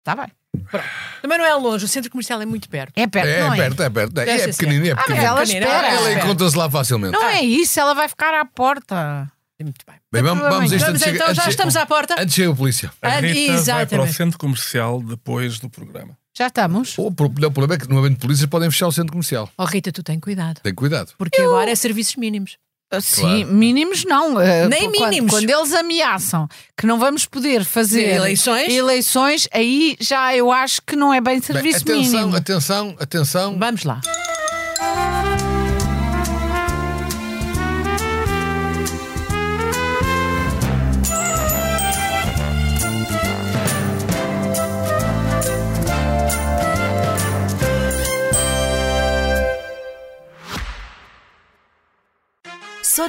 Está bem. Pronto. Também não é longe, o centro comercial é muito perto. Tá, É perto, É não é? perto, é perto. É, Deve é ser pequenino, é Ah, mas pequenino. ela pequenino, espera. ela Ela espera. encontra-se lá facilmente. Não é isso, ela vai ficar à porta. Muito bem. Bem, vamos, problema vamos a isto Vamos antes de- então, antes já de- estamos à porta. Antes de chegar a polícia. Ah, A Rita vai para o exatamente. centro comercial depois do programa. Já estamos? O pro- não, o problema é que normalmente polícias podem fechar o centro comercial. Oh Rita, tu tem cuidado. Tem cuidado. Porque agora é serviços mínimos. Ah, Sim, Claro. mínimos não. eh, Nem quando- mínimos. Quando eles ameaçam que não vamos poder fazer Eleições? eleições, aí já eu acho que não é bem Bem, serviço atenção, mínimo. atenção, atenção, Vamos lá. Só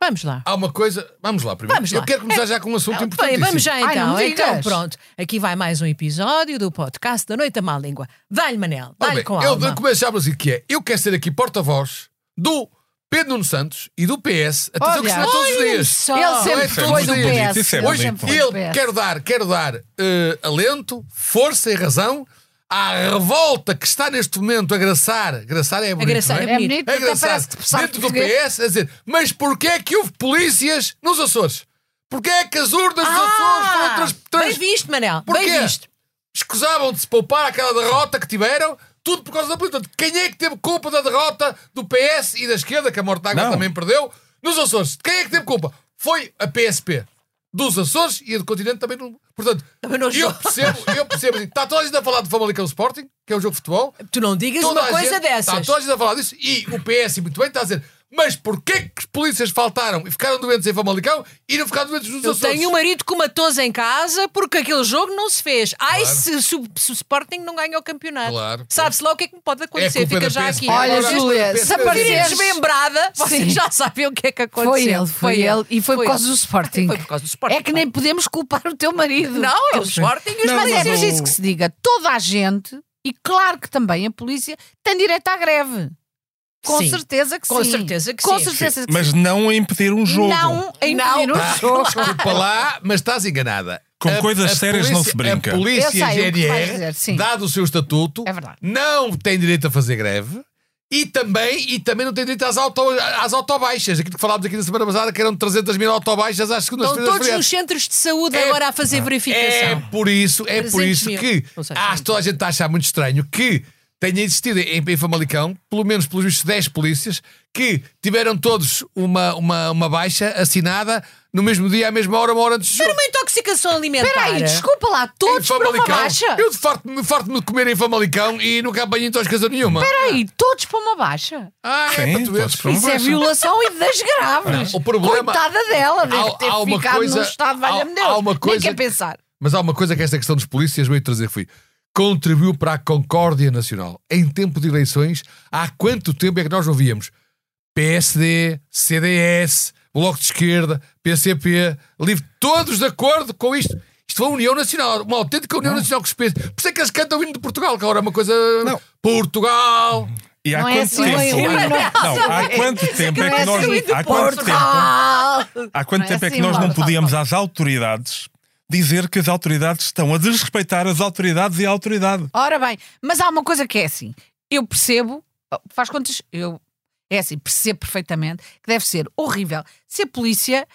Vamos lá. Há uma coisa. Vamos lá primeiro. Vamos Eu lá. É. quero começar já com um assunto Bem, importantíssimo. vamos já Ai, então. não me digas. então, pronto. Aqui vai mais um episódio do podcast da Noite à Má Língua. Dá-lhe, Manel. Ora Dá-lhe Tá bem, com a eu alma. começo já por dizer que é. Eu quero ser aqui porta-voz do Pedro Nuno Santos e do PS. Atenção Olha, que isso não é todos os olha dias. só. Ah, Ele Não sempre é foi todos do os dias. PS. Isso é Ele bonito. sempre foi do Ele PS. quero dar, quero dar eh, alento, força e razão à revolta que está neste momento a graçar. Graçar é bonito, graçar não é É bonito, É até graçar. parece que sabe Dentro do português. PS, a dizer, mas porquê é que houve polícias nos Açores? Porquê é que as urnas dos Açores foram Ah, trans... trans- Bem visto, Manel. Porquê? Bem visto. Escusavam de se poupar aquela derrota que tiveram, tudo por causa da política. Portanto, Quem é que teve culpa da derrota do PS e da esquerda, que a Mortágua Não. também perdeu, nos Açores? Quem é que teve culpa? Foi a PSP. Dos Açores e a do continente também não. Portanto, Também não eu jogou. percebo, eu percebo. assim, Está toda a gente a falar de Famalicão Sporting, que é um jogo de futebol. Tu não digas Toda uma a coisa gente, Está dessas. toda a gente a falar disso e o PS, muito bem, está a dizer. Mas porquê que os polícias faltaram e ficaram doentes em Famalicão e não ficaram doentes nos Eu Açores? tenho um marido comatoso em casa porque aquele jogo não se fez. Ai, se, se o- se o Sporting não ganha o campeonato. Claro. Sabe-se lá o que é que me pode acontecer. culpa Fica da já PSP. aqui. Olha, Agora, Júlia, PSP, se apareceres- desmembrada, Sim. vocês já sabem o que é que aconteceu. Foi ele, foi ele. E foi por ele. causa do Sporting. Foi por causa do Sporting. É que nem podemos culpar o teu marido. Não, é o Sporting e os Não, Mas é mas o- preciso que se diga, toda a gente, e claro que também a polícia, tem direito à greve. Com Sim. certeza que Com sim. certeza que Com sim. certeza que sim. Mas não a impedir um jogo. Não, em Não. não. Ah, Desculpa lá, mas estás enganada. Com coisas sérias não se brinca. A polícia Eu sei o que vais GNR, dizer, sim. dado o seu estatuto, É verdade. não tem direito a fazer greve. E também, e também não tem direito às, auto, às autobaixas. Aquilo que falámos aqui na semana passada, que eram 300 mil autobaixas às Estão segundas-feiras. todos feriadas. nos centros de saúde É- agora a fazer É verificação. por isso, é por 300 isso mil. que Não sei, acho não que toda a gente está a achar muito estranho que tenha existido em, em Famalicão, pelo menos pelos vistos 10 polícias, que tiveram todos uma, uma, uma baixa assinada no mesmo dia, à mesma hora, uma hora antes do jogo. Uma intoxicação alimentar. Espera aí, desculpa lá, Em todos para uma Famalicão. baixa. Eu farto-me farto de comer em Famalicão e nunca apanho intoxicação nenhuma. Espera aí, todos para uma baixa. Ah, é Sim, para tu veres. todos para uma Isso é baixa. violação e das graves. Não, o problema- Coitada dela, deve Há- ter há uma ficado coisa- num estado, valha-me há- Deus. há uma coisa Nem quer que- pensar. Mas há uma coisa que esta questão dos polícias veio trazer que foi contribuiu para a concórdia nacional. Em tempo de eleições, há quanto tempo é que nós não víamos PSD, CDS, Bloco de Esquerda, PCP, Livre, todos de acordo com isto? Isto foi uma União Nacional, uma autêntica União Nacional com os países. Por isso é que eles cantam o hino de Portugal, que agora é uma coisa... Não. Portugal... E há Não é quanto assim, tempo? não é? assim Não, há quanto tempo é que nós. Há quanto tempo, há quanto é tempo é que assim, nós não Laura, podíamos fala. às autoridades dizer que as autoridades estão a desrespeitar as autoridades e a autoridade? Ora bem, mas há uma coisa que é assim. Eu percebo, oh, faz contas, eu é assim, percebo perfeitamente que deve ser horrível. Se a polícia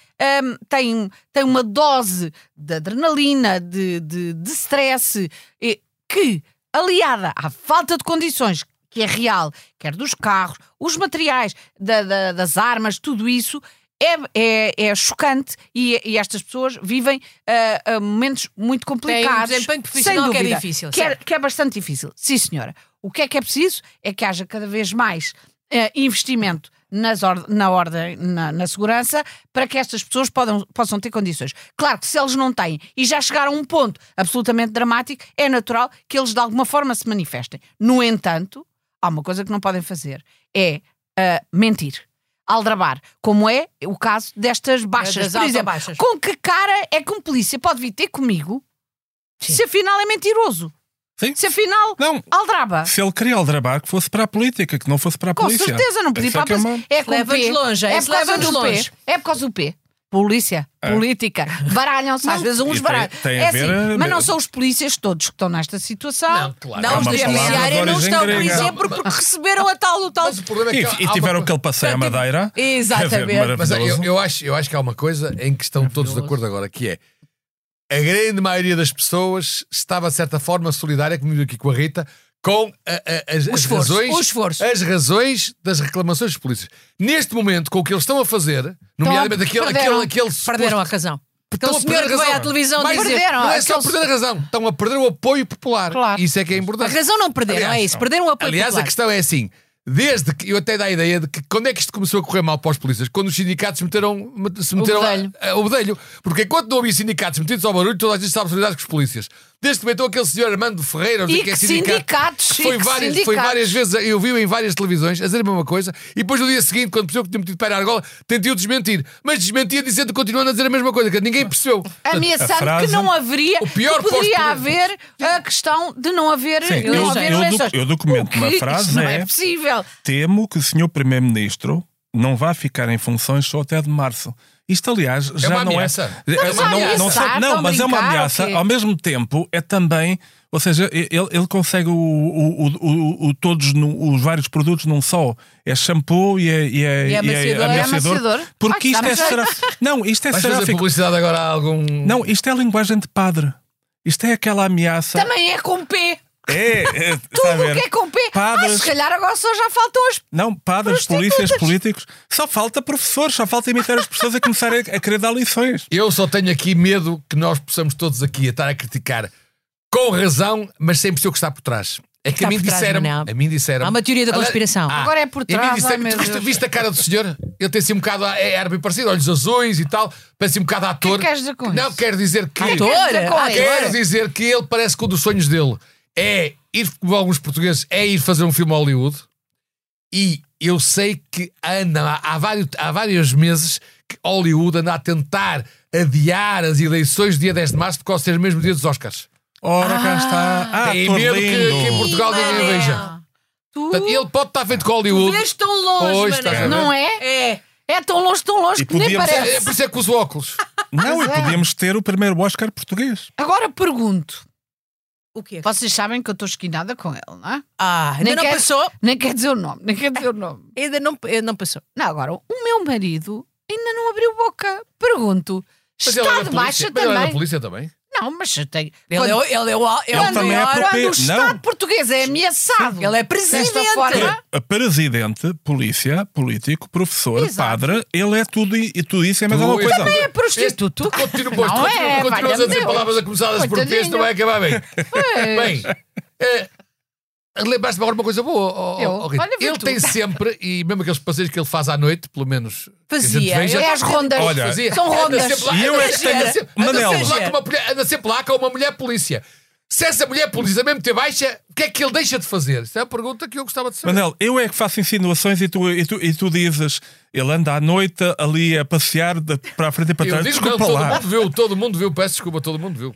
hum, tem, tem uma dose de adrenalina, de, de, de stress, eh, que, aliada à falta de condições, que é real, quer dos carros, os materiais, da- da- das armas, tudo isso. É, é, é chocante e, e estas pessoas vivem ah, ah, momentos muito complicados. um desempenho sem profissional que é dúvida. difícil, Que é- certo? que é bastante difícil. Sim, senhora. O que é que é preciso é que haja cada vez mais eh, investimento nas or- na ordem, na, na segurança, para que estas pessoas podam- possam ter condições. Claro que se eles não têm e já chegaram a um ponto absolutamente dramático, é natural que eles de alguma forma se manifestem. No entanto, há uma coisa que não podem fazer: é ah, mentir. aldrabar, como é o caso destas baixas. das Por exemplo, autobaixas. com que cara é que um polícia pode vir ter comigo se afinal é mentiroso? Sim. Se afinal Não. aldraba? Se ele queria aldrabar, que fosse para a política, que não fosse para a Com polícia. certeza, não pedi Essa é para que é uma- É com Leva-nos P. longe, É isso por causa leva-nos do longe. P. É por causa do P. Polícia, política, baralham-se, às vezes uns É. e tem- baralham. tem a é ver- eh, assim, mas não são os polícias todos que estão nesta situação. Não, claro. Não, É os uma da palavra judiciária de não origem estão, por grega. exemplo, porque receberam a tal do tal. Mas o problema é que há- E, e há uma tiveram coisa- aquele passeio à Madeira. Quer dizer, Exatamente. Mas ah, eu, maravilhoso. eu acho, eu acho que há uma coisa em que estão todos de acordo agora, que é a grande maioria das pessoas estava, de certa forma, solidária, como digo aqui com a Rita, com a- a- as, as esforço, razões, o esforço. as razões das reclamações dos polícias. Neste momento, com o que eles estão a fazer, nomeadamente aquele, perderam- aquele, aquele Perderam a suposto- razão. estão Aquele a perder senhor que a vai razão. à televisão Mais dizer. perderam, Não é só aqueles- perder a razão, estão a perder o apoio popular. Claro. Isso é que é A importante. razão não perderam, é Aliás, isso. Perderam o apoio Aliás, popular. a questão é assim: desde que eu até dá a ideia de que quando é que isto começou a correr mal para os polícias? Quando os sindicatos meteram, se meteram a- bedelho. a- o bedelho. Porque enquanto não havia sindicatos metidos ao barulho, toda a gente estava solidário com os polícias. Desde que meteu aquele senhor Armando Ferreira, não sei E o que é que sindicato, sindicatos, que e foi, que várias, foi sindicatos. várias vezes, eu vi em várias televisões a dizer a mesma coisa, e depois no dia seguinte, quando percebeu que tinha metido para a argola, tentei o desmentir, mas desmentia dizendo, continuando a dizer a mesma coisa, que ninguém percebeu. Ameaçando a frase- que é não um haveria, O pior que poderia posto- haver a questão de não haver, Sim, não eu- haver eu docu- eleições. eu documento O que? uma frase, Isso não é, é- possível. Temo que o senhor Primeiro-Ministro não vá ficar em funções só até de março. Isto, aliás, já uma não ameaça. é. é- Estamos a não, não, ameaçar, não, estão a mas é uma brincar, ameaça. ou quê? Ao mesmo tempo, é também. Ou seja, e- ele, ele consegue o, o- o- o- o- todos num- os vários produtos num só. É shampoo e é, e é, E é amaciador. É amaciador. Porque Ai, isto é, dá-me será, não, isto é Vais fazer seráfico. publicidade agora a algum. Não, isto é linguagem de padre. Isto é aquela ameaça. Também é com P. É, é, está a Tudo o ver? que é com P. Ai, Padres. se calhar agora só já faltam as Não, padres, polícias, políticos. Só falta professores, só falta imitar as pessoas a começarem a querer dar lições. Eu só tenho aqui medo que nós possamos todos aqui a estar a criticar com razão, mas sem perceber o que está por trás. É que está a mim por trás, disseram. Manel? A mim disseram. Há uma teoria da conspiração. Agora é por A trás, mim ai, disseram, meu "Tu viste, Deus." viste a cara do senhor? Ele tem assim um bocado. a- É árabe parecido, olhos azuis e tal. Parece um bocado ator. queres dizer com Não, isso? quero dizer que. Ator? Quero Ator? dizer que ele parece que um dos sonhos dele é ir, como alguns portugueses, é ir fazer um filme a Hollywood. E eu sei que anda há, há vários, há vários meses que Hollywood anda a tentar adiar as eleições dia 10 de março porque causa ser o mesmo dia dos Oscars. Ora, cá está. Ah, Tem ator medo que- lindo. que em Portugal ninguém Manel. veja. Tu Portanto, ele pode estar feito com Hollywood. Vês tão longe, Pois, tá. estás a Manel. ver? não é? É. É tão longe, tão longe E que nem podíamos- parece. É por isso é que uso óculos. Não, e Mas é. podíamos ter o primeiro Oscar português. Agora pergunto: O quê? vocês sabem que eu estou esquinada com ele, não é? Ah, ainda Nem não quer- passou. Nem quer dizer o nome, nem quer dizer o nome. Ainda não, ainda não passou. Não, agora, o meu marido ainda não abriu boca. Pergunto: Mas ele é está da de polícia. baixa Mas ele é da também? polícia também. Não, mas eu tenho. Ele é, o- ele é o, ele é o quando, também é maior. PP. quando o Não. Estado português é ameaçado, Ele é desta presidente. forma, A Presidente, polícia, político, professor, Exato. padre, ele é tudo e, e tudo isso é a mesma Tu- coisa. Também é prostituto. Continua, pois, Não é, continua, continuas a valha-me dizer Deus. palavras acusadas por Coitadinho. texto, não vai acabar bem. Bem, eh, lembraste-me agora de uma coisa boa, ó, ó, Eu? ó, Rita. Olha, vê Ele tu. tem sempre, e mesmo aqueles passeios que ele faz à noite, pelo menos. que a gente Fazia, veja, É as rondas. Olha, São anda rondas. sempre lá- E eu anda é que sempre- tenho- anda sempre- anda sempre Manel. lá com uma mulher- Anda sempre lá com uma mulher polícia. Se essa mulher polícia mesmo ter baixa, o que é que ele deixa de fazer? Isso é a pergunta que eu gostava de saber. Manel, eu é que faço insinuações e tu, e tu, e tu dizes, ele anda à noite ali a passear de- para a frente e para eu trás. digo que não, Desculpa todo lá. mundo viu, todo mundo viu, peço desculpa, todo mundo viu.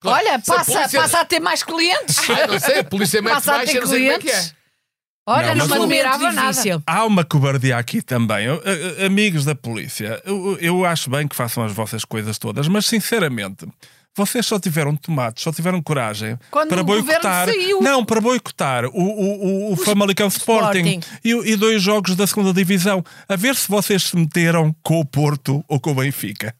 Claro, Olha, se a passa, polícia- passa a ter mais clientes. Ai, não sei, a polícia mete Passa a baixa, ter não sei como é que é. clientes. Olha, Não, não, mas me o- admirava nada. difícil. Há uma cobardia aqui também. Eu, a- a- amigos da polícia, eu, eu acho bem que façam as vossas coisas todas, mas sinceramente, vocês só tiveram tomate, só tiveram coragem Quando para o governo boicotar. saiu. Não, para boicotar o, o, o, o Famalicão Sporting, Sporting. E, o- e dois jogos da segunda divisão. A ver se vocês se meteram com o Porto ou com o Benfica.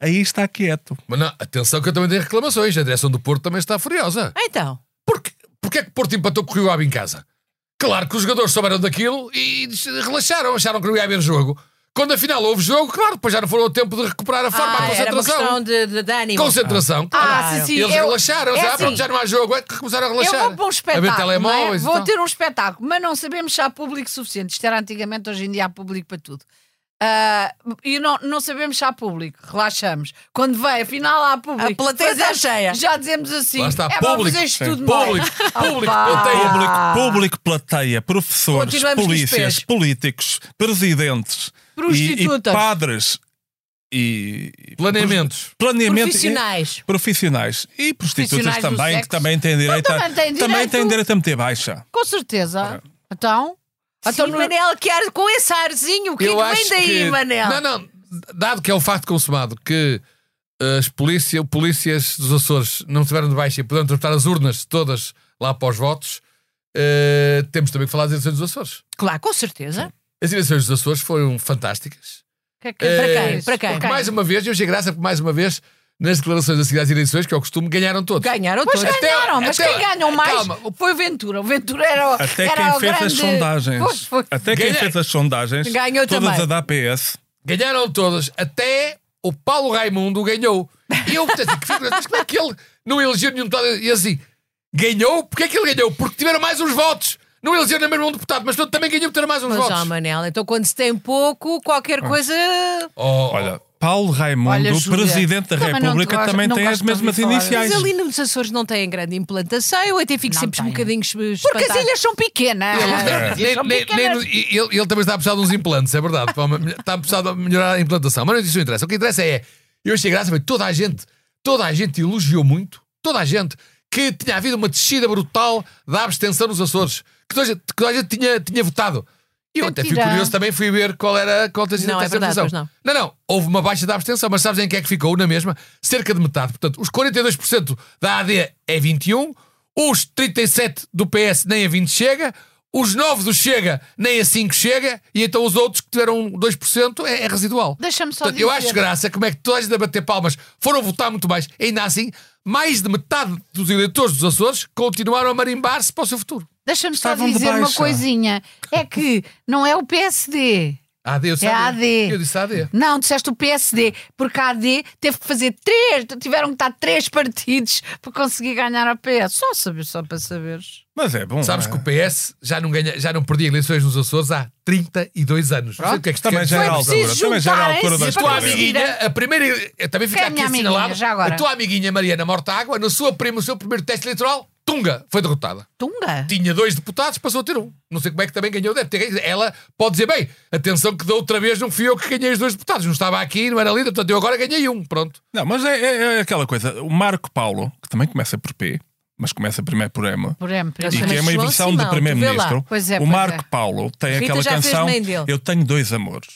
Aí está quieto. Mas não, atenção que eu também tenho reclamações. A direção do Porto também está furiosa. Ah, Então. Porquê, porquê é que o Porto empatou com o Rio Ave em casa? Claro que os jogadores souberam daquilo e des- relaxaram, acharam que não ia haver jogo. Quando afinal houve jogo, claro, depois já não foram o tempo de recuperar a forma, Ah, a era uma concentração. questão de, de, de ânimo. Concentração, claro. Ah, sim, sim. Eles eu, relaxaram, é já, assim. pronto, já não há jogo, é que começaram a eu relaxar. vou para um a ver espetáculo. não é? telemóveis então. e Vou tal. ter um espetáculo, mas não sabemos se há público suficiente. Isto era antigamente, hoje em dia há público para tudo. Ah, e não, não sabemos se há público, relaxamos. Quando vem, afinal há público. A plateia Mas está cheia. Já dizemos assim: Lá está, é pá, público, fizeste sim. tudo Público, bem. público, Opa. plateia. Público, público, plateia, professores, Ah. Continuamos com os polícias, pés. políticos, presidentes e, e Prostitutas. padres e e Planeamentos. planeamento Profissionais. E, profissionais e prostitutas Profissionais do sexo. também, Então que também têm direito, também têm a, também têm direito. direito a meter baixa. Com certeza. Então. Então, então Sim, não- Manel, que ar, com esse arzinho, o que, é que vem daí, Manel? Não, não. Dado que é o facto consumado que eh, as polícia, polícias dos Açores não estiveram de baixa e puderam transportar as urnas todas lá para os votos, eh, temos também que falar das eleições dos Açores. Claro, com certeza. As eleições dos Açores foram fantásticas. Que- é que- Eh, para quem? Para quem? porque Mais uma vez, eu achei graça porque mais uma vez, nas declarações da cidade das eleições, que é o costume, ganharam todos. Ganharam Pois todos. Até- ganharam, mas até- quem ganhou mais calma, o- foi o Ventura. O Ventura era o. Até era quem o fez as grande- sondagens, Pois foi. até quem Ganha- fez as sondagens, Ganhou todas também. a da APS, Ganharam todas, até o Paulo Raimundo ganhou. E eu, portanto, que figura, mas como é que ele não elegeu nenhum deputado? E assim, ganhou? Porquê é que ele ganhou? Porque tiveram mais uns votos. Não elegeu nem mesmo um deputado, mas todo também ganhou por ter mais uns Mas, ó, votos. Ah. Manel, então quando se tem pouco, qualquer coisa. Oh, Olha, Paulo Raimundo, Olha, Júlia, presidente da também não te República, gosto- também não tem gosto as de ouvir mesmas falar. iniciais. Mas ali nos Açores não têm grande implantação, eu até fico Não sempre um têm. bocadinho Porque as espantada. ilhas são pequenas. Nem- É. nem- nem no- e- ele, ele também está a precisar de uns implantes, é verdade. Para uma- Está a precisar de melhorar a implantação. Mas não isso não interessa. O que interessa é, eu achei graça, mas toda a gente, toda a gente elogiou muito, toda a gente, que tinha havido uma descida brutal da abstenção nos Açores, que toda a gente, que toda a gente tinha, tinha votado. E eu até fui Mentira. curioso também, fui ver qual era qual tinha sido Não, a é verdade, abstenção. pois não. Não, não, houve uma baixa da abstenção, mas sabes em que é que ficou na mesma? Cerca de metade. Portanto, os 42% da AD é 21, os 37 do PS nem a 20 chega, os 9 do Chega nem a 5 chega, e então os outros que tiveram 2% é, é residual. Deixa-me só Portanto, dizer. eu acho graça como é que toda a gente a bater palmas foram votar muito mais. Ainda assim, mais de metade dos eleitores dos Açores continuaram a marimbar-se para o seu futuro. Deixa-me só Estavam de dizer uma baixa. coisinha. É que não é o PSD. A AD, eu disse É a AD. Eu disse AD. Não, disseste o PSD, porque a AD teve que fazer três, tiveram que estar três partidos para conseguir ganhar a PS. Só saber, só para saberes. Mas é bom. Sabes é. que o PS já não, ganha, já não perdia eleições nos Açores há 32 anos. Não sei o que é que isto Também quer já dizer. era a Foi altura. preciso Também já era a altura juntarem-se da e tua Foi história. preciso. amiguinha, a primeira. eu também fica Quem é a aqui minha amiguinha? assinalado. Já agora. A tua amiguinha Mariana Mortágua, no seu primo, o seu primeiro teste eleitoral, Tunga, foi derrotada. Tunga. Tinha dois deputados, passou a ter um. Não sei como é que também ganhou. Deve ter ganho. Ela pode dizer, bem, atenção que da outra vez não fui eu que ganhei os dois deputados. Não estava aqui, não era líder, portanto eu agora ganhei um. Pronto. Não, mas é, é- é aquela coisa. O Marco Paulo, que também começa por P, mas começa primeiro por M, Por exemplo. e que é uma João inversão Simão, do tu vê primeiro-ministro. lá. Pois é, o pois Marco é. Paulo tem Rita aquela já fez canção mãe dele. Eu Tenho Dois Amores.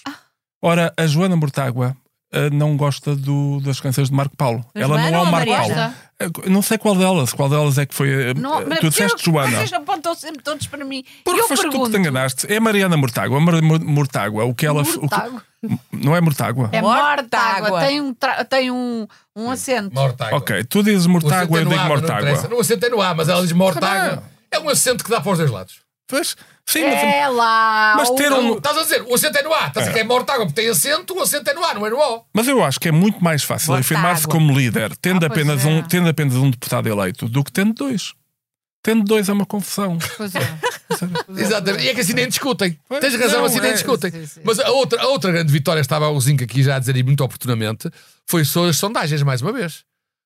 Ora, a Joana Mortágua ah, não gosta do- das canções de Marco Paulo. A Ela Joana não é ou a o Marco Mariana? Paulo. Ah, Não sei qual delas, qual delas é que foi. ah, Não, mas tu eu, disseste Joana. Vocês apontam sempre todos para mim. Porque eu foste tu pergunto. que te enganaste. É a Mariana Mortágua. A Mar- Mor- Mortágua, o que ela. o que- Mortágua? não é Mortágua? É morta água. Mortágua. Tem um, tra- tem um, um acento. Mortágua. Ok, tu dizes O acento Mortágua, é eu no digo A, mas Não, interessa. Mortágua. não acento é no A, mas ela diz Mortágua. É um acento que dá para os dois lados. Pois, sim, mas- É lá. mas o- ter Não, um, estás a dizer, o acento é no A. Estás a dizer que é morta água, porque tem acento, o acento é no A, não é no O. Mas eu acho que é muito mais fácil Bota afirmar-se água. como líder, tendo, Ah, pois apenas é. um, tendo apenas um deputado eleito, do que tendo dois. Tendo dois é uma confusão. Pois é. Exatamente. E é que assim nem discutem. Tens razão, Não, assim nem é- discutem. sim, sim. Mas a outra, a outra grande vitória, estava o Zinco aqui já a dizer e muito oportunamente, foi sobre as sondagens, mais uma vez.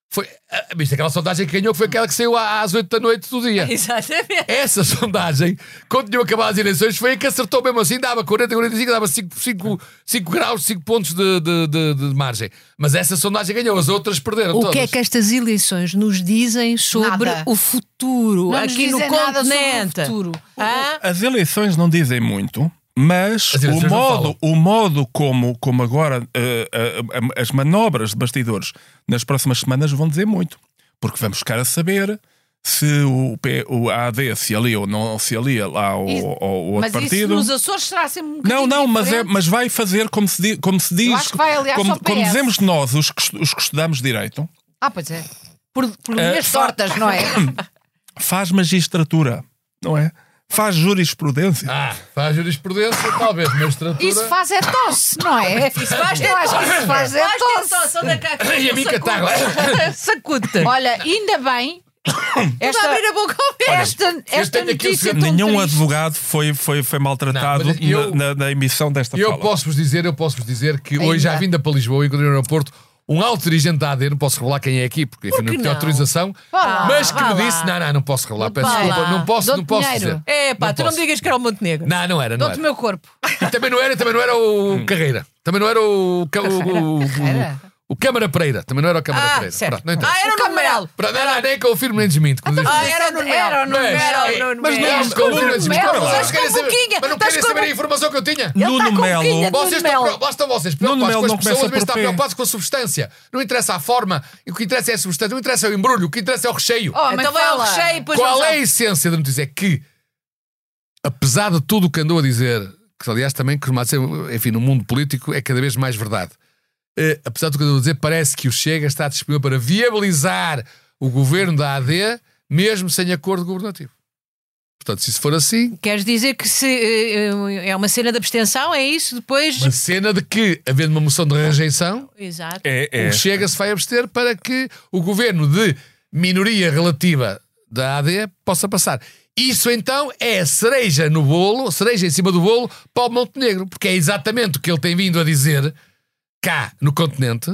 Foi, ah, viste, aquela sondagem que ganhou que foi aquela que saiu à- às 8 da noite do dia. Exatamente. Essa sondagem, quando tinham acabado as eleições, foi a que acertou mesmo assim, dava 40, 45, dava 5, 5, 5 graus, 5 pontos de, de, de- de margem. Mas essa sondagem ganhou, as outras perderam O todas. que é que estas eleições nos dizem sobre Nada. o futuro Não nos aqui no dizem nada sobre o continente? futuro. Hã? As eleições não dizem muito, mas As eleições o não modo, falam. o modo como, como agora eh, eh, eh, as manobras de bastidores nas próximas semanas vão dizer muito. Porque vamos ficar a saber se o, P, o AD se alia ou não se alia lá ao, Isso. ao- ao outro Mas partido. isso nos Açores será sempre um Não, bocadinho não, mas, é, diferente. mas vai fazer como se, di- como se diz. acho que vai, aliás, como, ao PS. como dizemos nós, os que, estu- os que estudamos direito, Ah, pois é. Por, por Eh, linhas fa- tortas, não é? faz magistratura, não é? Faz jurisprudência. Ah, faz jurisprudência, talvez, magistratura. Isso faz é tosse, não é? Isso faz é tosse. Isso faz é Presta tosse. tá atenção, só da cá- E a mim catarro. Sacuta. Olha, ainda bem, Esta... Esta, abrir a boca ao pé. esta, esta tenho aqui um notícia segredo. tão Nenhum triste. advogado foi, foi, foi maltratado Não, mas eu- na, na- na emissão desta Eu fala. posso-vos dizer, eu posso-vos dizer que hoje, Ainda. à vinda para Lisboa, encontrei no aeroporto um alto dirigente da AD, não posso revelar quem é aqui, porque enfim, Por não que tenho não? autorização, Vá lá, mas que vá me lá. disse, não, não, não posso revelar, peço Vá desculpa, lá. não posso, Dou-te não posso dinheiro. dizer. É pá, tu não me posso. digas que era o Montenegro. Não, não era, não Dou-te o era. meu corpo. E também não era, também não era o Carreira. Também não era o. ca- o- o- o- Carreira? O Câmara Pereira. Também não era o Câmara Ah, Pereira. certo. Pronto, não interessa. Ah, era O o Nuno Camarelo. Melo. Pronto, não, não, nem confirmo nem desminto. como então, diz- Ah, era o Nuno Melo. Era o Nuno Mas- Melo, era o Nuno Mas Mel. não desconfirmo nem desminto. Nuno Mel, Mas não estás querem com a saber- boquinha, mas não estás querem com a saber a bo- informação que eu tinha. tá com Nuno boquinha Melo. de- Vocês Nuno Mel. estão, lá estão vocês preocupados Mel com as não pessoas, começa mas por está P. preocupados com a substância. Não interessa a forma. O que interessa é a substância. Não interessa é o embrulho. O que interessa é o recheio. Oh, mas Então vai ao fala. recheio, depois Qual vamos é ao- a essência da notícia? É que, apesar de tudo o que andou a dizer, que aliás também costuma ser, enfim, no mundo político é cada vez mais verdade. Eh, apesar de tudo o que andou a dizer, parece que o Chega está disponível para viabilizar o governo da AD, mesmo sem acordo governativo. Portanto, se isso for assim, Queres dizer que se eh, eh, é uma cena de abstenção, é isso? Depois. uma cena de que, havendo uma moção de rejeição, Exato. É, é. o Chega se vai abster para que o governo de minoria relativa da AD possa passar. Isso então é a cereja no bolo, cereja em cima do bolo para o Montenegro, porque é exatamente o que ele tem vindo a dizer cá no continente,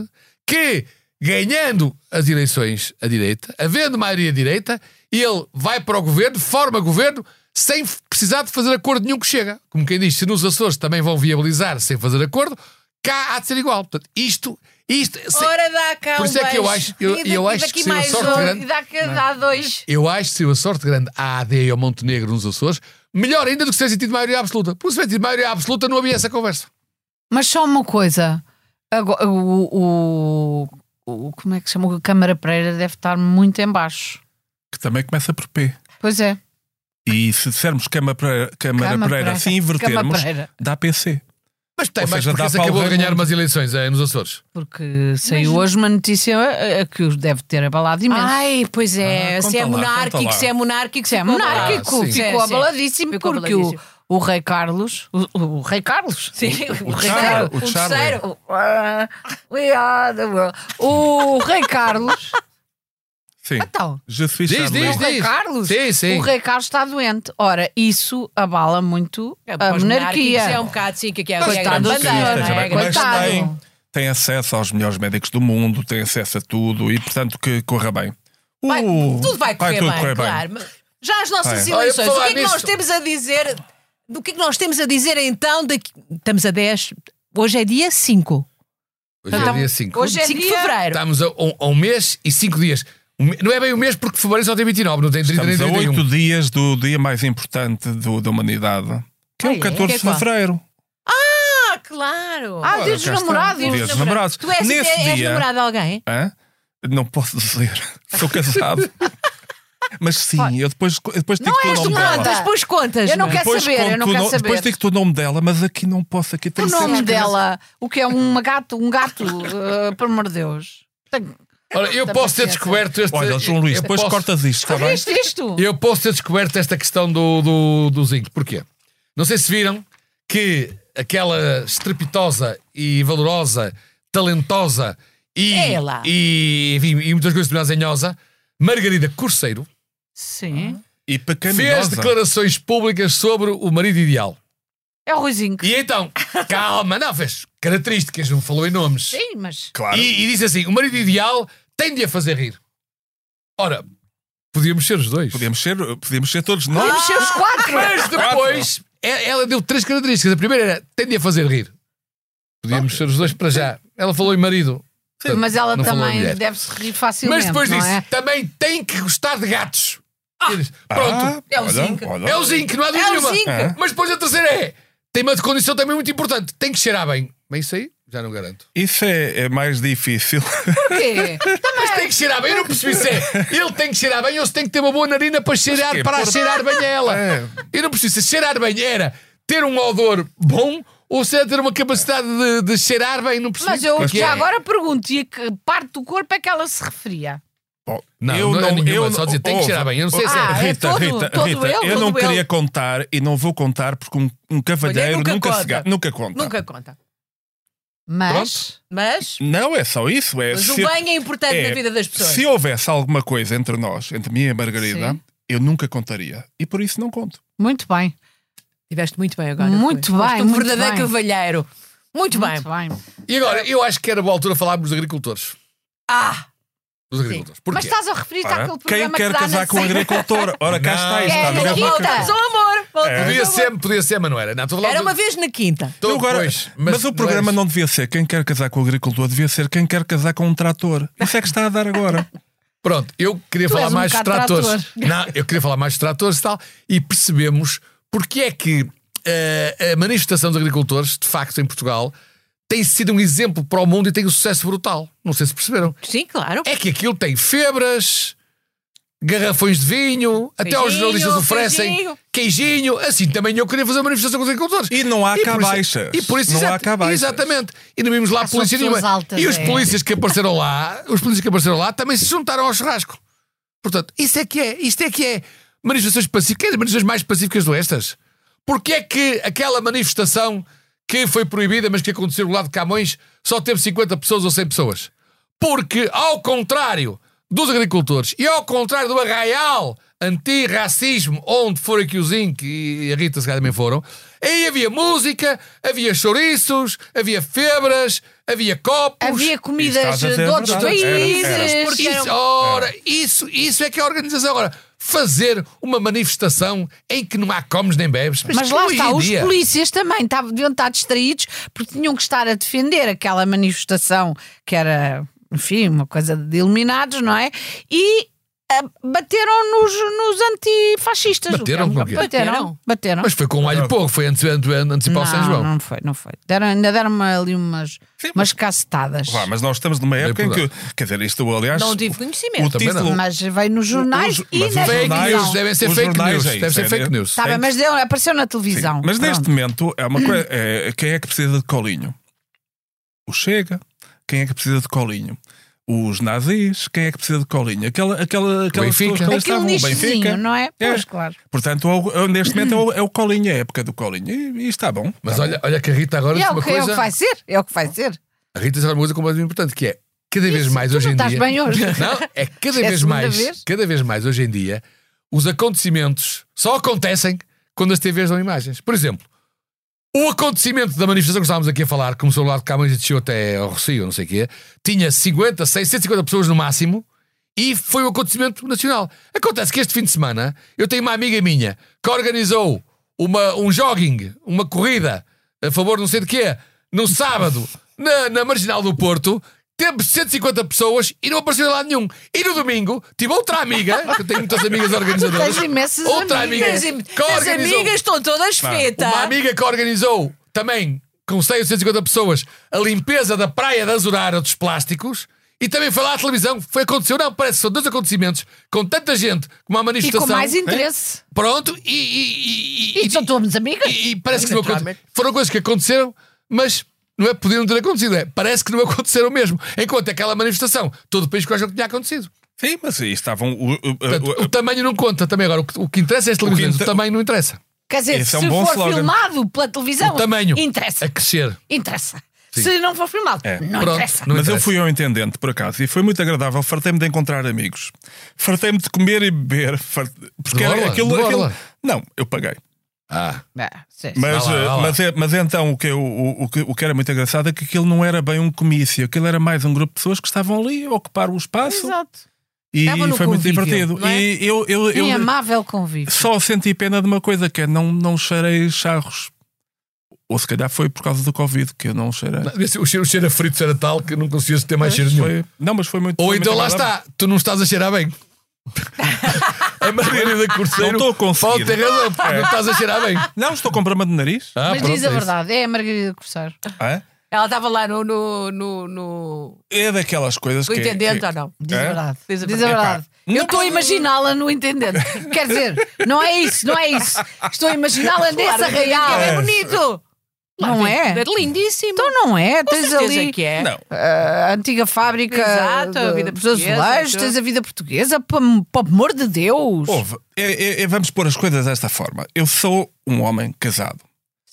que ganhando as eleições à direita, havendo maioria à direita, ele vai para o governo, forma governo, sem f- precisar de fazer acordo nenhum que chega. Como quem diz, se nos Açores também vão viabilizar sem fazer acordo, cá há de ser igual. Portanto, isto, isto, se- Ora dá cá Por um isso é que eu beijo. acho- eu- E da- eu e acho que daqui seria mais sorte né? um. grande. E dá, que- dá dois. eu acho que se a sorte grande à AD e ao Montenegro nos Açores, melhor ainda do que se tivesse tido maioria absoluta. Porque se tivesse tido maioria absoluta, não havia essa conversa. Mas só uma coisa. Agora, o, o- o- Como é que se chama? O Câmara Pereira deve estar muito em baixo. Que também começa por P. Pois é. E se dissermos Câmara Pereira, Câmara Câmara Pereira, Pereira. se invertermos, Câmara Pereira. dá PC. Mas tem Ou mais seja, porque dá se para acabou o de ganhar Raimundo. umas eleições eh, nos Açores. Porque saiu hoje uma notícia eh, eh, que os deve ter abalado imenso. Ai, pois é, Ah, se conta é lá, conta monárquico, lá. se é monárquico, Isso é monárquico. Ah, sim. Ficou Sim, sim. abaladíssimo Ficou porque o, abaladíssimo. o Rei Carlos. O, o- o Rei Carlos? Sim, o, o terceiro, Charlie, o o Charlie. terceiro. Ah, we are the world. O Rei Carlos. Sim. Então, Je suis Diz, Charlie. diz, o Rei diz. Carlos? Sim, sim. O Rei Carlos está doente. Ora, isso abala muito É, a para os monarquia. monárquicos É um bocado sim, que é, que é a Coitado grande do senhor, bandeira, não esteja é? bem. Mas Coitado. tem, tem acesso aos melhores médicos do mundo, tem acesso a tudo e, portanto, que corra bem. Vai- Uh, tudo vai correr tudo bem, claro. Mas Já as nossas Vai. eleições, Olha, o falar que é que nós nisso. temos a dizer? Do que é que nós temos a dizer então? Daqui... Estamos a 10, hoje é dia 5. Hoje é Então, dia 5. hoje é 5 de dia- fevereiro. Estamos a, um- a um mês e 5 dias. Um me- Não é bem um mês porque fevereiro só tem 29, não tem 30 nem Estamos a 31. oito dias do dia mais importante do- da humanidade, que é Ah, é? o 14 Que é de qual? fevereiro. Ah, claro! Ah, Ora, dia dos cá está. namorados. Dia dos namorados. tu és, Nesse és dia- namorado de alguém? Hã? Não posso dizer. Sou casado. Mas sim, eu depois, eu depois digo o és nome nada. dela. Contas, depois contas. Eu não é? quero Depois saber, eu conto não o quero no- saber. Depois digo o nome dela, mas aqui não posso. Aqui tem O que ser nome escrito. dela, o que é uma gato, um gato, eh, pelo amor de Deus. Tenho- Ora, eu posso ter descoberto este. Olha, João Luís, eu depois posso- cortas isto, está bem? Viste isto? Eu posso ter descoberto esta questão do, do, do zinco. Porquê? Não sei se viram que aquela estrepitosa e valorosa, talentosa e, Ela. e, enfim, e muitas coisas desenhosa, Margarida Corseiro, Sim. E fez pecaminosa. declarações públicas sobre o marido ideal. É o Ruizinho. E então, calma, não, fez características, não falou em nomes. Sim, mas. Claro. E, e diz assim: o marido ideal tem de a fazer rir. Ora, podíamos ser os dois. Podíamos ser, podíamos ser todos nós. Temos seus quatro! Mas depois, e- ela deu três características. A primeira era: tem de a fazer rir. Podíamos ser os dois para já. Ela falou em marido. Portanto, Mas ela não falou em também mulher. deve-se rir facilmente. Mas depois não disse: é? também tem que gostar de gatos. E diz, Ah, Pronto, é o olha, zinco. olha. é o zinco, não há dúvida É o nenhuma. zinco. É. Mas depois a terceira é: tem uma condição também muito importante: tem que cheirar bem. Mas isso aí já não garanto. Isso é, é mais difícil. Porquê? Mas É. tem que cheirar bem, eu não percebi se é. Ele tem que cheirar bem ou se tem que ter uma boa narina para cheirar, quê? para a é Por- cheirar bem a ela. É. Eu não preciso. Se cheirar bem era ter um odor bom ou se era ter uma capacidade de, de cheirar bem, não percebi. Mas eu Porque já é. agora pergunto: e a que parte do corpo é que ela se referia? Bom, Não, não, é nenhuma, só dizer, tem que ouve, cheirar bem. Eu não sei se é- Ah, é Rita, todo- Rita, todo Rita, ele, eu todo não ele. queria contar e não vou contar porque um, um cavalheiro Olha, nunca, nunca se ga- conta. nunca conta. Nunca conta. Mas. Mas, Não é só isso. É, mas o se- bem é importante é, na vida das pessoas. Se houvesse alguma coisa entre nós, entre mim e a Margarida, Sim. eu nunca contaria. E por isso não conto. Muito bem. Estiveste muito bem agora. Muito Rui. bem, Foste um muito verdadeiro bem. cavalheiro. Muito, bem. Muito bem. E agora, eu acho que era boa altura falarmos dos agricultores. Ah, Dos agricultores. Porquê? Mas tá- estás a referir-te Ora, àquele quem programa quer que dá casar na com um SIC? agricultor? Ora, cá Não. está É, está no na mesmo quinta. bacana. voltamos ao amor. É. Voltamos Podia ao amor. É, ser, podia ser, mas não era. Não, estou a falar Era do- uma vez na quinta. Estou- Eu agora- pois, é mas, o programa és. não devia ser quem quer casar com o agricultor, devia ser quem quer casar com um trator. Isso é que está a dar agora. Pronto, eu queria Tu falar és um mais dos bocado tratores. trator. Não, eu queria falar mais dos tratores e tal. E percebemos porque é que eh, a manifestação dos agricultores, de facto, em Portugal, tem sido um exemplo para o mundo e tem um sucesso brutal. Não sei se perceberam. Sim, claro. É que aquilo tem febras, garrafões de vinho, até aos Queijinho, jornalistas oferecem queijinho. queijinho. Assim também eu queria fazer uma manifestação com os agricultores. E não há cá por isso- é- baixas. E por isso, não exato- há cá baixas. Exatamente. E não vimos lá são polícia pessoas nenhuma. altas, e os é. polícias que apareceram lá, os polícias que apareceram lá também se juntaram ao churrasco. Portanto, isso é que é, isto é que é manifestações pacíficas, as manifestações mais pacíficas do estas. Porquê é que aquela manifestação que foi proibida, mas que aconteceu do lado de Camões, só teve 50 pessoas ou 100 pessoas? Porque, ao contrário dos agricultores e ao contrário do arraial antirracismo, onde foram aqui o Zinc e a Rita se calhar também foram, aí havia música, havia chouriços, havia febras, havia copos. Havia É comidas Estás a de dizer a outros verdade. Era, era. países. Porque Isso, eram- ora, isso, isso é que é a organização. Agora, fazer uma manifestação em que não há comes nem bebes. Mas lá hoje está, em os dia- polícias também estavam- deviam estar distraídos porque tinham que estar a defender aquela manifestação que era, enfim, uma coisa de iluminados, não é? E ah, bateram nos, nos antifascistas. Bateram? o que é um- Como que é? bateram. Bateram? Bateram. Mas foi com um alho pouco, foi ante- ante- antecipar o São não, João. não foi, não foi. Deram, ainda deram-me ali umas, Sim, umas mas- cacetadas. Vá, mas nós estamos numa época em que. Quer dizer, isto, aliás. Não tive o conhecimento. Também não. título. Mas veio nos jornais Os- e mas na os Fake jornais- televisão. news, devem ser os fake jornais news. é Deve isso, ser é fake de- news. Tá bem, mas deu, apareceu na televisão. Mas neste Pronto. momento, é uma coisa, é, quem é que precisa de colinho? O Chega. Quem é que precisa de colinho? Os nazis. Quem é que precisa de colinho? Aquela, aquela, aquela Benfica. pessoa que ali Aquele estavam, o nichozinho, Benfica. não um é? É. Pois, claro. Portanto, é o- neste momento é o, é o colinho, é a época do colinho. E, e está bom. Mas olha, olha que a Rita agora E disse é o, uma que, é o que coisa. vai ser, é o que vai ser. A Rita disse uma coisa completamente importante, que é cada vez Isso, mais tu hoje não em estás dia. bem hoje. Não, é cada É a vez segunda mais, vez. cada vez mais hoje em dia, os acontecimentos só acontecem quando as TVs dão imagens. Por exemplo, o Um acontecimento da manifestação que estávamos aqui a falar, que começou lá de Camões e desceu até ao Rocio, não sei o quê, tinha 50, 650 pessoas no máximo e foi um acontecimento nacional. Acontece que este fim de semana eu tenho uma amiga minha que organizou uma, um jogging, uma corrida a favor de não sei de quê, no sábado, na, na Marginal do Porto. Teve 150 pessoas e não apareceu lá nenhum. E no domingo tive outra amiga, que eu tenho muitas amigas organizadoras. Tens imensas outra amigas. amiga que As organizou. amigas estão todas feitas. um. Tá. Uma amiga que organizou também, com 100 ou 150 pessoas, a limpeza da praia de Azurara dos plásticos. E também foi lá à televisão, foi aconteceu, não, parece que são dois acontecimentos com tanta gente, com uma E com manifestação. é? mais interesse. Pronto, e. E, E são todos amigas. e- e parece que não aconteceu. Foram coisas que aconteceram, mas não é que podiam ter acontecido, é parece que não aconteceram mesmo. Enquanto aquela manifestação, todo o país quase que tinha acontecido. Sim, mas aí estavam. o- o- Portanto, o- o tamanho não conta também agora. O que, o que interessa é as televisões, o, inter- tamanho não interessa. Quer dizer, Esse se é um bom for slogan. filmado pela televisão, O tamanho interessa. a crescer. Interessa. Se não for filmado, É. não Pronto, interessa. não mas eu interessa. fui ao intendente, por acaso, e foi muito agradável. Fartei-me de encontrar amigos. Fartei-me de comer e beber. fart- Porque De era borla? aquilo, De aquilo- borla? Não, eu paguei. Ah. É, Ah, sim. Mas, Vá lá, vá lá. mas, é- mas então o que, eu- o, o que, o que era muito engraçado é que aquilo não era bem um comício, aquilo era mais um grupo de pessoas que estavam ali a ocupar o espaço Exato. e Estavam no foi muito convívio, divertido. não é? E eu, eu, eu Em amável convívio. só senti pena de uma coisa que é não, não cheirei charros. Ou se calhar foi por causa do Covid que eu não cheirei. Não, esse- O cheiro, o cheiro a frito era tal que não conseguias ter mais cheiro nenhum. Foi- não, mas foi muito Ou foi então muito lá agradável. está, tu não estás a cheirar bem. a Margarida Corceiro Não estou a conseguir. pode ter razão, porque não estás a cheirar bem. Não, estou com problema de nariz. Ah, Mas pronto, diz a é isso. verdade, é a Margarida Corsair. É? Ela estava lá no. no, no, no... É daquelas coisas no que. intendente que- ou não? Diz a É? verdade. Diz a Epá, verdade. Eu nunca- estou a imaginá-la no intendente. Quer dizer, não é isso, não é isso. Estou a imaginá-la nesse arraial. É bonito. Não é? É lindíssimo. Então não é, Com tens certeza ali que é. Não. a antiga fábrica Exato, a de- vida dos portuguesa, azulejos, tudo. tens a vida portuguesa, pa- pelo amor de Deus. Ouve, é- é- é- vamos pôr as coisas desta forma. Eu sou um homem casado.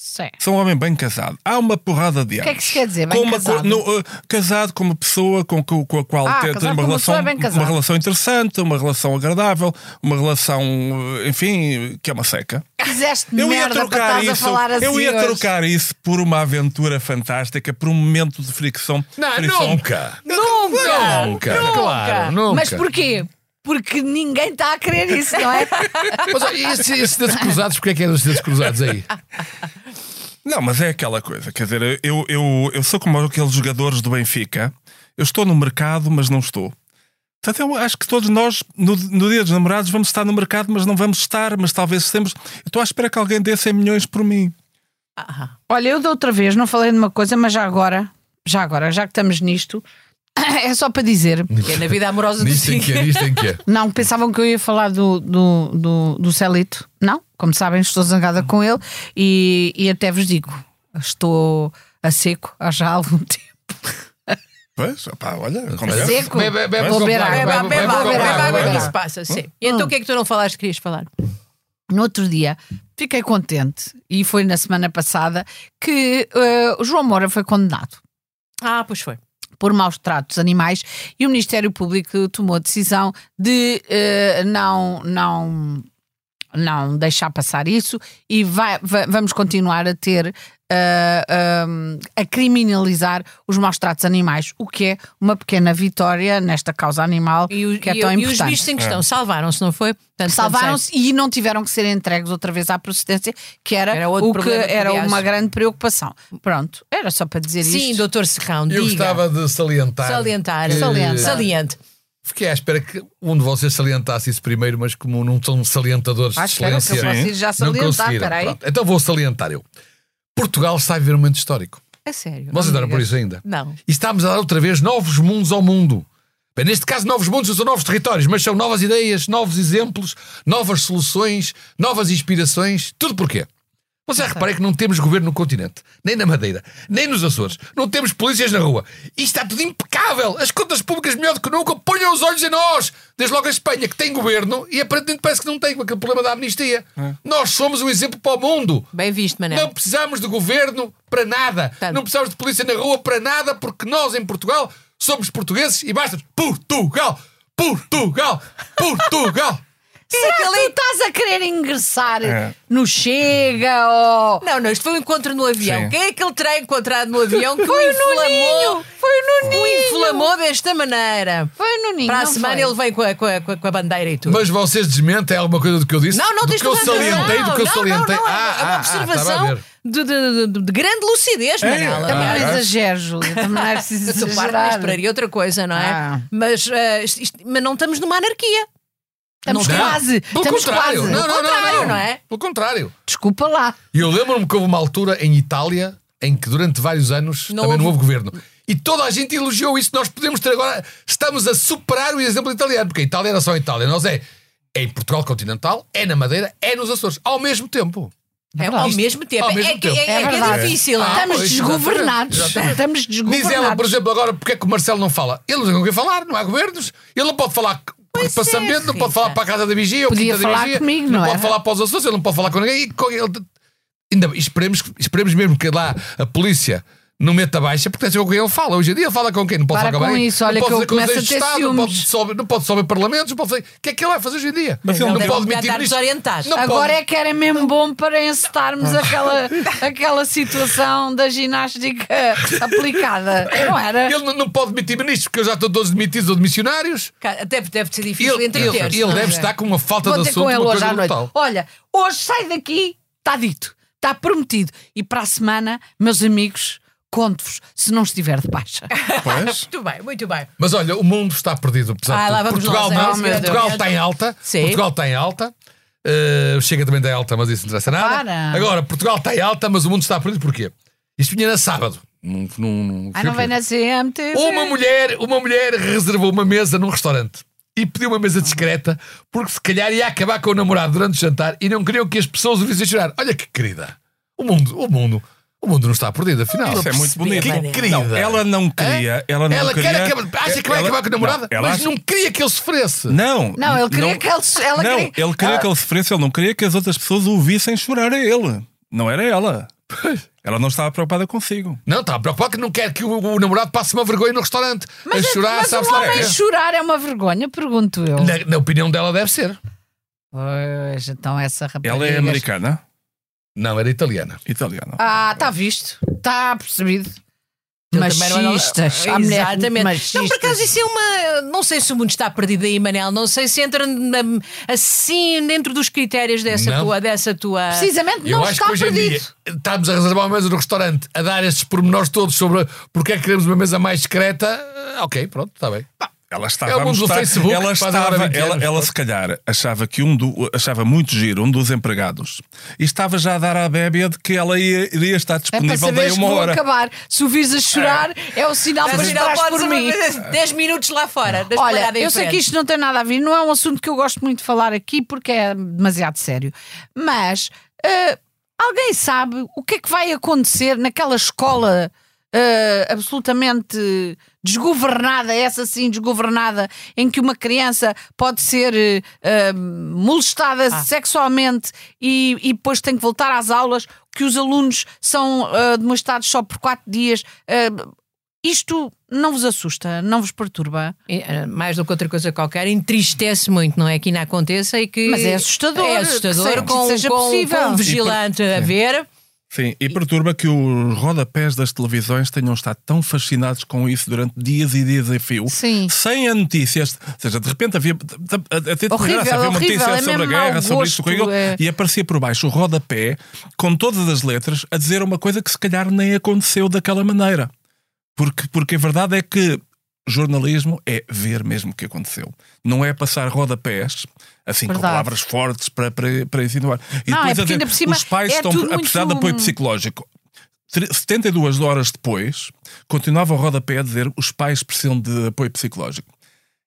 Sim. Sou um homem bem casado. Há uma porrada de anos. que é que isso quer dizer, bem Com uma casado? co- no, eh, casado com uma pessoa com, co- com a qual Ah, te- casado tens com uma uma relação, pessoa é bem casado. uma relação interessante, uma relação agradável, uma relação, eh, enfim, que é uma seca. Fizeste Eu ia merda para trocar estás a isso, falar assim eu ia hoje. trocar isso por uma aventura fantástica, por um momento de fricção. Não, fricção. nunca! Nunca! Nunca. Nunca! Claro, nunca. Mas porquê? Porque ninguém está a querer isso, não é? Mas olha, e esses esses dedos cruzados, porque é que eram os dedos cruzados aí? Não, mas é aquela coisa, quer dizer, eu, eu, eu sou como aqueles jogadores do Benfica, eu estou no mercado, mas não estou. Portanto, eu acho que todos nós, no, no dia dos namorados, vamos estar no mercado, mas não vamos estar, mas talvez estemos. Eu estou à espera que alguém dê 100 milhões por mim. Olha, eu da outra vez não falei de uma coisa, mas já agora, já agora, já que estamos nisto, é só para dizer. Que é na vida amorosa do Nisto em que é, Siga. nisto em que é. Não, pensavam que eu ia falar do, do, do, do Celito. Não, como sabem, estou zangada com ele e, e até vos digo, estou a seco há já algum tempo. Pois, opá, olha, é é A acontece. seco. Bebe- bebe Vou com beber água, água. Beba, Vai, vai, beba, vai, vai, beba vai, água vai. que isso passa, sim. E Hum. então o que é que tu não falaste que querias falar? No outro dia fiquei contente e foi na semana passada que eh, o João Moura foi condenado. Ah, pois foi. por maus tratos animais e o Ministério Público tomou a decisão de eh, não, não, não deixar passar isso e vai- va- vamos continuar a ter eh, ehm, a criminalizar os maus tratos animais, o que é uma pequena vitória nesta causa animal E, o- que é e- tão e os importante. bichos em É. questão salvaram-se, não foi? Portanto, é Salvaram-se e não tiveram que ser entregues outra vez à procedência, que era, Era outro o que problema que era aliás- uma grande preocupação. Pronto, era só para dizer Sim, isto. doutor Serrão, Eu diga. gostava de salientar. Salientar. que- Salienta. Saliente. Fiquei à espera que um de vocês salientasse isso primeiro, mas como não são salientadores Ah, de espera, que excelência, eu posso ir já não salientar, conseguiram. peraí. Pronto, Então vou salientar eu. Portugal está a viver um momento histórico. É sério. Vocês não andaram por digas. isso ainda? Não. E estamos a dar outra vez novos mundos ao mundo. Bem, neste caso, novos mundos não são novos territórios, mas são novas ideias, novos exemplos, novas soluções, novas inspirações. Tudo porquê? Você reparem que não temos governo no continente, nem na Madeira, nem nos Açores. Não temos polícias na rua. Isto está tudo impecável. As contas públicas melhor do que nunca. Ponham os olhos em nós. Desde logo a Espanha, que tem governo, e aparentemente parece que não tem, com aquele problema da amnistia. Nós somos um exemplo para o mundo. Bem visto, Manel. Não precisamos de governo para nada. Tanto. Não precisamos de polícia na rua para nada, porque nós em Portugal somos portugueses e basta Portugal, Portugal, Portugal. é Será que tu estás a querer ingressar É. no Chega ou. Não, não, isto foi um encontro no avião. Sim. Quem é que ele terá encontrado no avião que Foi o o Nuninho! inflamou? Foi o O Nuninho! inflamou desta maneira. Foi o Nuninho! Para a não semana foi? ele vem com a, com a- com a- com a bandeira e tudo. Mas vocês desmentem alguma coisa do que eu disse? Não, não do tens que eu toda a salientei, razão. do que eu Não, salientei. Não, não, Ah, é ah, uma ah, estava a observação ver. de, de- de- de grande lucidez, É, Manela. é. Também não Ah, é? exagero, Júlia. Também não é preciso Eu sou parva, mas exagerar. esperaria outra coisa, não é? Ah. Mas, ah, isto- isto- mas não estamos numa anarquia. Estamos Não, quase! Pelo Estamos contrário. quase! Não, não, não, contrário, não. não é? Pelo contrário. Desculpa lá. E eu lembro-me que houve uma altura em Itália em que durante vários anos Não também não houve houve- governo. E toda a gente elogiou isso. Nós podemos ter agora. Estamos a superar o exemplo italiano, porque a Itália era só a Itália. Nós é, é em Portugal continental, é na Madeira, é nos Açores, ao mesmo tempo. É, verdade. ao mesmo tempo. Ao mesmo é, que- tempo. é- é É que é verdade. difícil. Ah, Estamos pois, desgovernados. exatamente. Estamos Diz ela, por desgovernados. exemplo, agora porque é que o Marcelo não fala? Ele não quer falar, não há governos. Ele não pode falar Pois para é, Sambento, não Rita. pode falar para a Casa da Vigia ou Podia Quinta da falar Vigia. comigo, não é? pode era? falar para os Açores, ele não pode falar com ninguém. E com- ele- Ainda bem, esperemos, que- esperemos mesmo que lá a polícia não meta baixa, porque deve ser com quem ele fala. Hoje em dia fala com quem? Não pode Para falar com com ninguém. isso, Não olha pode que eu fazer conselhos começo a de ter Estado, não pode, ciúmes. sobe, não pode sober parlamentos, não pode fazer. O que é que ele vai fazer hoje em dia? Mas ele não deve- pode deve mentir andar nisto. desorientado. Não Agora pode. Ah. é que era mesmo bom para encetarmos aquela, aquela situação da ginástica aplicada. Não era? Ele não, não pode demitir ministros, porque eu já estou todos demitidos ou de missionários. Cara, Deve, deve ser E difícil ele, ele, entreter-se, ele não deve é? estar com uma falta Vou de ter assunto, com ele uma hoje coisa à noite. brutal. Olha, hoje sai daqui, está dito, está prometido. E para a semana, meus amigos, conto-vos se não estiver de baixa. Pois. Muito bem, muito bem. Mas olha, o mundo está perdido, apesar Ah, de lá tudo. vamos Portugal, nós, é, não, oh, meu Portugal Deus. está em alta. Sim. Portugal está em alta. Uh, chega também da alta, mas isso não interessa nada. Para. Agora, Portugal está em alta, mas o mundo está perdido porquê? Isto vinha na sábado. Num, num, num- Ah, não vem na CMTV. Uma mulher, uma mulher reservou uma mesa num restaurante e pediu uma mesa discreta porque se calhar ia acabar com o namorado durante o jantar e não queriam que as pessoas o vissem chorar. Olha que querida. O mundo, o mundo, o mundo não está perdido, afinal. Isso é muito bonito. Que querida. Não, ela não queria. eh, Ela não É? Ela queria. quer acabar, acha que vai ela- acabar com a namorada, Não, ela mas acha- não queria que ele sofresse. Não, Não, ele queria que ele. se- Ela não, queria... Ah. ele queria que ele sofresse, ele não queria que as outras pessoas o ouvissem chorar a ele. Não era ela. Ela não estava preocupada consigo. Não, está preocupado que não quer que o, o namorado passe uma vergonha no restaurante. Mas, a chorar, mas sabes um lá o homem quê? chorar é uma vergonha, pergunto eu. Na, na opinião dela, deve ser. Pois, então essa rapariga. Ela é americana, Não, era italiana. italiana. Ah, está visto. Está percebido. Eu também é não era- Machistas. Há mulheres muito Exatamente. Machistas. Não, por acaso isso é uma. Não sei se o mundo está perdido aí, Manel. Não sei se entra na- assim dentro dos critérios dessa Não. tua. Dessa tua... Precisamente Eu não acho está que hoje em perdido. dia estamos a reservar uma mesa no restaurante a dar estes pormenores todos sobre porque é que queremos uma mesa mais secreta. Ah, Ok, pronto, está bem. Ela estava É o mundo a mostrar- do Facebook ela que faz agora estava, 20 ela, anos, ela pronto. se calhar achava que um do, achava muito giro um dos empregados e estava já a dar à bébia de que ela ia, iria estar É para disponível daí saberes que uma vou hora. acabar. Se o vires a chorar, é, o sinal para Mas não chorar podes por mim. 10 minutos lá fora. da Olha, esplanada em eu sei frente. que isto não tem nada a ver, não é um assunto que eu gosto muito de falar aqui porque é demasiado sério. Mas ah, alguém sabe o que é que vai acontecer naquela escola ah, absolutamente desgovernada, essa sim, desgovernada, em que uma criança pode ser ah, molestada Ah. sexualmente e, e depois tem que voltar às aulas, que os alunos são ah, demonstrados só por quatro dias. ah, isto não vos assusta, não vos perturba? E, eh, mais do que outra coisa qualquer, entristece muito, não é? Que ainda aconteça e que. Mas é assustador, É que se- assustador que com, seja com- possível. com um vigilante a ver. Sim, e perturba que os rodapés das televisões tenham estado tão fascinados com isso durante dias e dias em fio, Sim. sem a notícia. Ou seja, de repente havia. Até de Horrível, graça, havia uma horrível, notícia é sobre a mesmo guerra, mau sobre isto, com gosto, aquilo, é. e aparecia por baixo o rodapé, com todas as letras, a dizer uma coisa que se calhar nem aconteceu daquela maneira. Porque, porque a verdade é que jornalismo é ver mesmo o que aconteceu. Não é passar rodapés, assim, com Verdade. palavras fortes para, para, para insinuar. E Não, é depois porque a dizer, ainda por cima os pais é estão, tudo apesar muito- de apoio psicológico, tre- 72 horas depois, continuava o rodapé a dizer os pais precisam de apoio psicológico.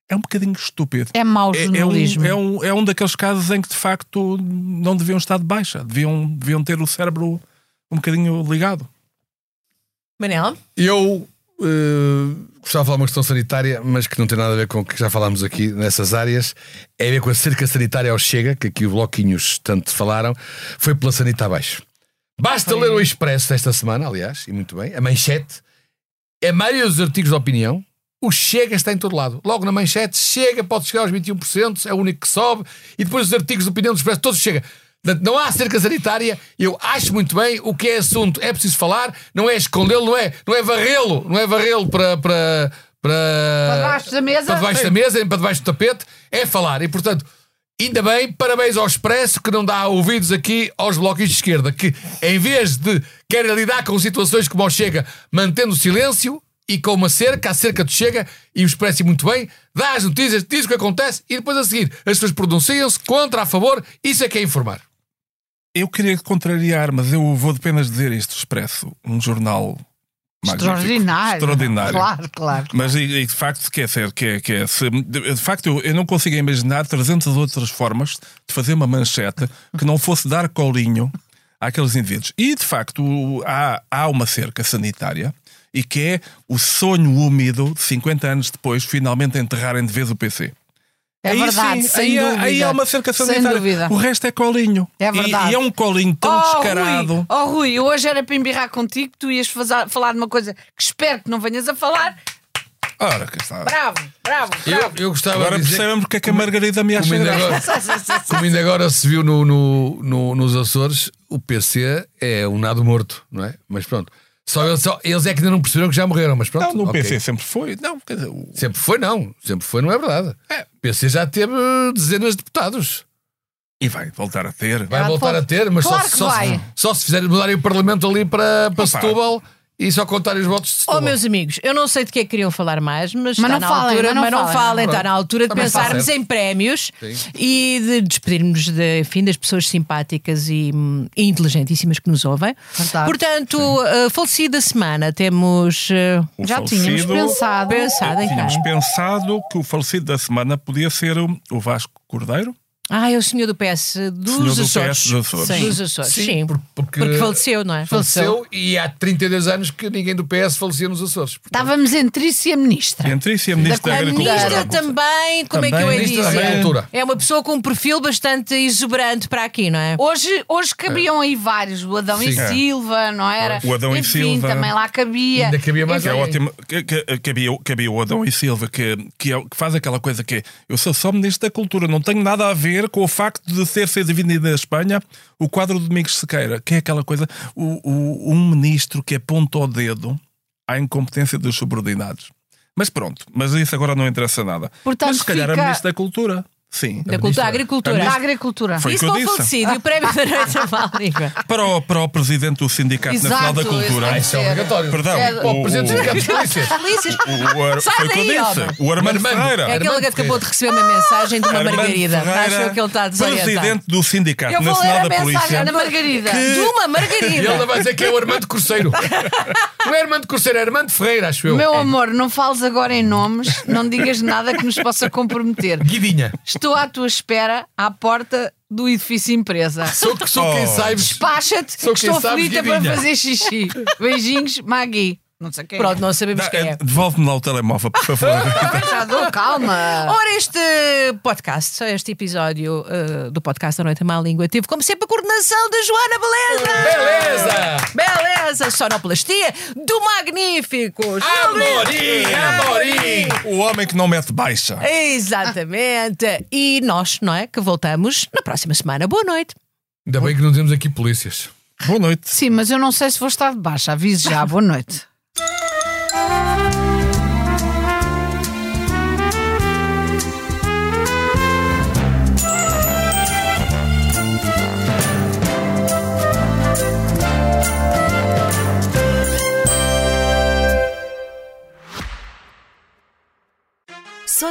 É um bocadinho estúpido. É mau É- é, jornalismo. um, é, um, é um daqueles casos em que de facto não deviam estar de baixa, deviam, deviam ter o cérebro um bocadinho ligado. Manel, Eu eh, gostava de falar uma questão sanitária, mas que não tem nada a ver com o que já falámos aqui nessas áreas. É a ver com a cerca sanitária ao Chega, que aqui os bloquinhos tanto falaram, foi pela sanita abaixo. Basta ler o Expresso esta semana, aliás, e muito bem, a manchete, a maioria dos artigos de opinião, o Chega está em todo lado. Logo na manchete, Chega pode chegar aos 21%, é o único que sobe, e depois os artigos de opinião do Expresso, todos Chega. Portanto, Não há cerca sanitária, eu acho muito bem o que é assunto. É preciso falar, não é escondê-lo, não é, não é varrê-lo, não é varrê-lo para, para, para. Para debaixo da mesa? Para debaixo da mesa, nem para debaixo do tapete, é falar. E portanto, ainda bem, parabéns ao Expresso que não dá ouvidos aqui aos bloquinhos de esquerda, que em vez de querem lidar com situações como o Chega, mantendo o silêncio e com uma cerca, a cerca do Chega, e o Expresso e muito bem, dá as notícias, diz o que acontece e depois a seguir as pessoas pronunciam-se contra, a favor, isso é que é informar. Eu queria contrariar, mas eu vou apenas dizer isto expresso. Um jornal magnífico, Extraordinário. é? extraordinário. Claro, claro. Mas e, e de facto, quer ser, que é, que é, se- de, de facto, eu, eu não consigo imaginar 300 outras formas de fazer uma manchete que não fosse dar colinho àqueles indivíduos. E de facto, o- há, há uma cerca sanitária e que é o sonho úmido de 50 anos depois finalmente enterrarem de vez o PC. É Aí verdade, sim, sem aí, há- dúvida. Aí há uma cerca Sem sanitária. dúvida. O resto é colinho. É E- verdade. Oh, E, é um colinho tão descarado. Rui, oh, Rui, eu hoje era para embirrar contigo, tu ias faza- falar de uma coisa que espero que não venhas a falar. Ora, que está. Bravo, bravo, bravo. gostava Agora percebemos porque é que a Margarida me acha Como ainda, graça. agora, como ainda agora se viu no, no- no- nos Açores, o PC é um nado morto, não é? Mas pronto. Só eles, só- eles é que ainda não perceberam que já morreram, mas pronto. Não, no ok. PC sempre foi. Não, quer dizer, o- Sempre foi, não. Sempre foi, não é verdade. É. O PC já teve eh, dezenas de deputados. E vai voltar a ter. Vai Ah, voltar pô, a ter, mas claro só, se- que só, se, vai. só se fizerem mudarem o Parlamento ali para, para Opa. Setúbal e só contarem os votos de ó Setúbal. oh, meus amigos, eu não sei de que é que queriam falar mais, Mas mas, está não na falem, altura, mas não falem. está na altura de Também está pensarmos certo. em prémios Sim. e de despedirmos de, enfim, das pessoas simpáticas e, hum, e inteligentíssimas que nos ouvem. Fantástico. Portanto, uh, falecida semana, temos. uh, O Já tínhamos falecido- pensado. Pensado em Tínhamos quem? pensado que o falecido da semana podia ser o o Vasco Cordeiro, Ah, é o senhor do PS dos Senhor do Açores. PS dos Açores. Sim. Sim. Dos Açores, sim. Sim, por- porque... porque- faleceu, não é? Faleceu e há 32 anos que ninguém do PS falecia nos Açores. Estávamos entre isso e a ministra. Entre isso e a Ministra da Da Agricultura. Ministra também, como é que eu Também. ia Ministra da dizer? Agricultura. É uma pessoa com um perfil bastante exuberante para aqui, não é? Hoje, hoje cabiam aí vários, o Adão e Sim. É. Silva, não era? É. O Adão e Enfim, Silva. também lá cabia. Ainda cabia mais Que é alguém. ótimo. Que, que, que, havia, que havia o Adão e Silva que, que, é o- que faz aquela coisa que é, eu sou só ministro da cultura, não tenho nada a ver com o facto de ser ser dividido da Espanha o quadro do Domingos Sequeira, que é aquela coisa, o, o- um ministro que aponta o dedo à incompetência dos subordinados. Mas pronto, mas isso agora não interessa nada. Portanto, mas se calhar fica- a ministra da cultura, sim. Da cultura, agricultura. Da agricultura. Foi. E o que se eu não disse. falecido, e o prémio da noite vale igual. Para o, para o presidente do Sindicato Nacional da Exato, Cultura. Ah, isso é Era. obrigatório. Perdão, É, Bom, o- presidente o- do Sindicato de Polícias. Delícias. um- O, o, Sai foi o que eu daí, disse. homem. O Armando Armando. Ferreira. É aquele Armando que Ferreira. acabou de receber uma mensagem de uma Ah! Armando Margarida. Ferreira, Acho que ele está desorientado. Presidente do Sindicato Eu vou ler Nacional a da mensagem da Polícia. Margarida. De uma E ele ainda Margarida. vai dizer que é o Armando Corseiro. Não é Armando Corseiro, é Armando Ferreira, acho eu. Meu amor, não fales agora em nomes, não digas nada que nos possa comprometer. Guidinha. Estou à tua espera, à porta do edifício empresa. Sou, que- sou quem Oh. saibes. Despacha-te, Sou que quem estou sabes, aflita para Guidinha. fazer xixi. Beijinhos, Magui. Não sei quem. é. Pronto, não sabemos Dá- eh, quem é. Devolve-me lá o telemóvel, por favor. Ah, já dou, calma. Ora, este podcast, só este episódio eh, do podcast da Noite à Má Língua, teve como sempre a coordenação da Joana Beleza! Beleza! Beleza! Sonoplastia do Magnífico! Ah, Amorim, amorim! o homem que não mete baixa. É. Exatamente! E nós, não é? Que voltamos na próxima semana. Boa noite! Ainda bem que não temos aqui polícias. Boa noite. Sim, mas eu não sei se vou estar de baixo. Aviso já, boa noite. Só